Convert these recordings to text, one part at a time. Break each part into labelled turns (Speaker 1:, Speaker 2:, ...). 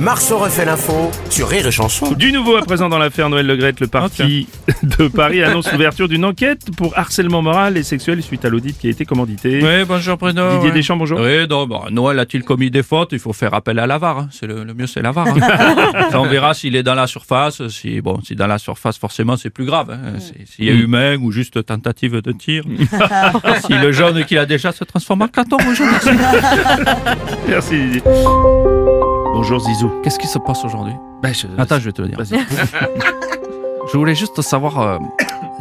Speaker 1: Marceau refait l'info sur Rire et Chanson.
Speaker 2: Du nouveau à présent dans l'affaire Noël Legrette, le parti
Speaker 3: Ah,
Speaker 2: de Paris annonce l'ouverture d'une enquête pour harcèlement moral et sexuel suite à l'audit qui a été commandité.
Speaker 3: Oui, bonjour Bruno.
Speaker 2: Didier
Speaker 3: ouais.
Speaker 2: Deschamps, bonjour.
Speaker 3: Oui, non, bon, Noël a-t-il commis des fautes Il faut faire appel à la VAR. hein. C'est le, le mieux, c'est la VAR. hein. Ça, on verra s'il est dans la surface. Si bon, si dans la surface, forcément, c'est plus grave. hein. C'est- S'il
Speaker 2: Mm.
Speaker 3: est humain ou juste tentative de tir. si le jaune qu'il a déjà se transforme en carton rouge.
Speaker 2: Merci Didier. Bonjour Zizou.
Speaker 3: Qu'est-ce qui se passe aujourd'hui
Speaker 2: Attends,
Speaker 3: Attends, je vais te le dire. Je voulais juste savoir euh,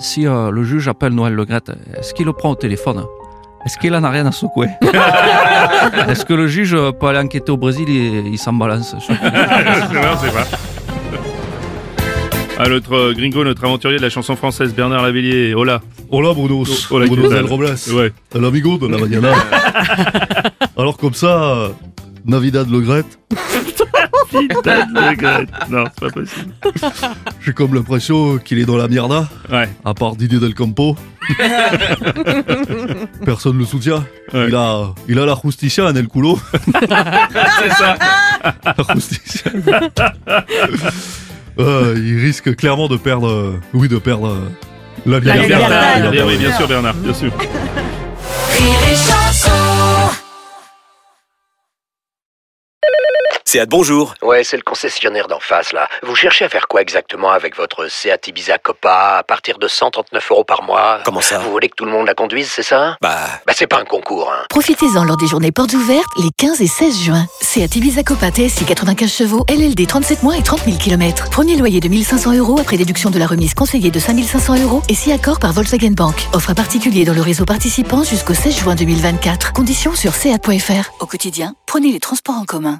Speaker 3: si euh, le juge appelle Noël Le Graët, est-ce qu'il le prend au téléphone Est-ce qu'il en a rien à secouer Est-ce que le juge euh, peut aller enquêter au Brésil et il s'en balance
Speaker 2: je sais pas, je sais pas. Ah, notre euh, gringo, notre aventurier de la chanson française, Bernard Lavillier. Oh Hola.
Speaker 4: Hola Bruno,
Speaker 2: Oh, Hola,
Speaker 4: Bruno
Speaker 2: qu'est-ce
Speaker 4: del
Speaker 2: que-
Speaker 4: Robles,
Speaker 2: Ouais.
Speaker 4: el amigo de la mañana. Alors comme ça, euh, Navidad Le Grette,
Speaker 2: Putain de Legrette. Non, c'est pas possible.
Speaker 4: j'ai comme l'impression qu'il est dans la mierda,
Speaker 2: Ouais.
Speaker 4: à part Didier Del Campo. Personne le soutient.
Speaker 2: Ouais.
Speaker 4: Il, a, il a la justicia en el culo.
Speaker 2: C'est ça.
Speaker 4: La justicia. Euh, il risque clairement de perdre, euh, oui, de perdre euh, la
Speaker 2: La
Speaker 4: liberté.
Speaker 2: liberté.
Speaker 4: La liberté.
Speaker 2: Bien, oui, bien sûr, Bernard, bien sûr.
Speaker 5: C'est à bonjour.
Speaker 6: Ouais, c'est le concessionnaire d'en face, là. Vous cherchez à faire quoi exactement avec votre Seat Ibiza Copa à partir de 139 euros par mois
Speaker 5: Comment ça
Speaker 6: Vous voulez que tout le monde la conduise, c'est ça
Speaker 5: Bah.
Speaker 6: Bah, c'est pas un concours, hein.
Speaker 7: Profitez-en lors des journées portes ouvertes les 15 et 16 juin. Seat Ibiza Copa TSI 95 chevaux, LLD 37 mois et 30 000 km. Premier loyer de 1500 euros après déduction de la remise conseillée de 5500 euros et si accord par Volkswagen Bank. Offre à particulier dans le réseau participant jusqu'au 16 juin 2024. Conditions sur seat.fr. Au quotidien, prenez les transports en commun.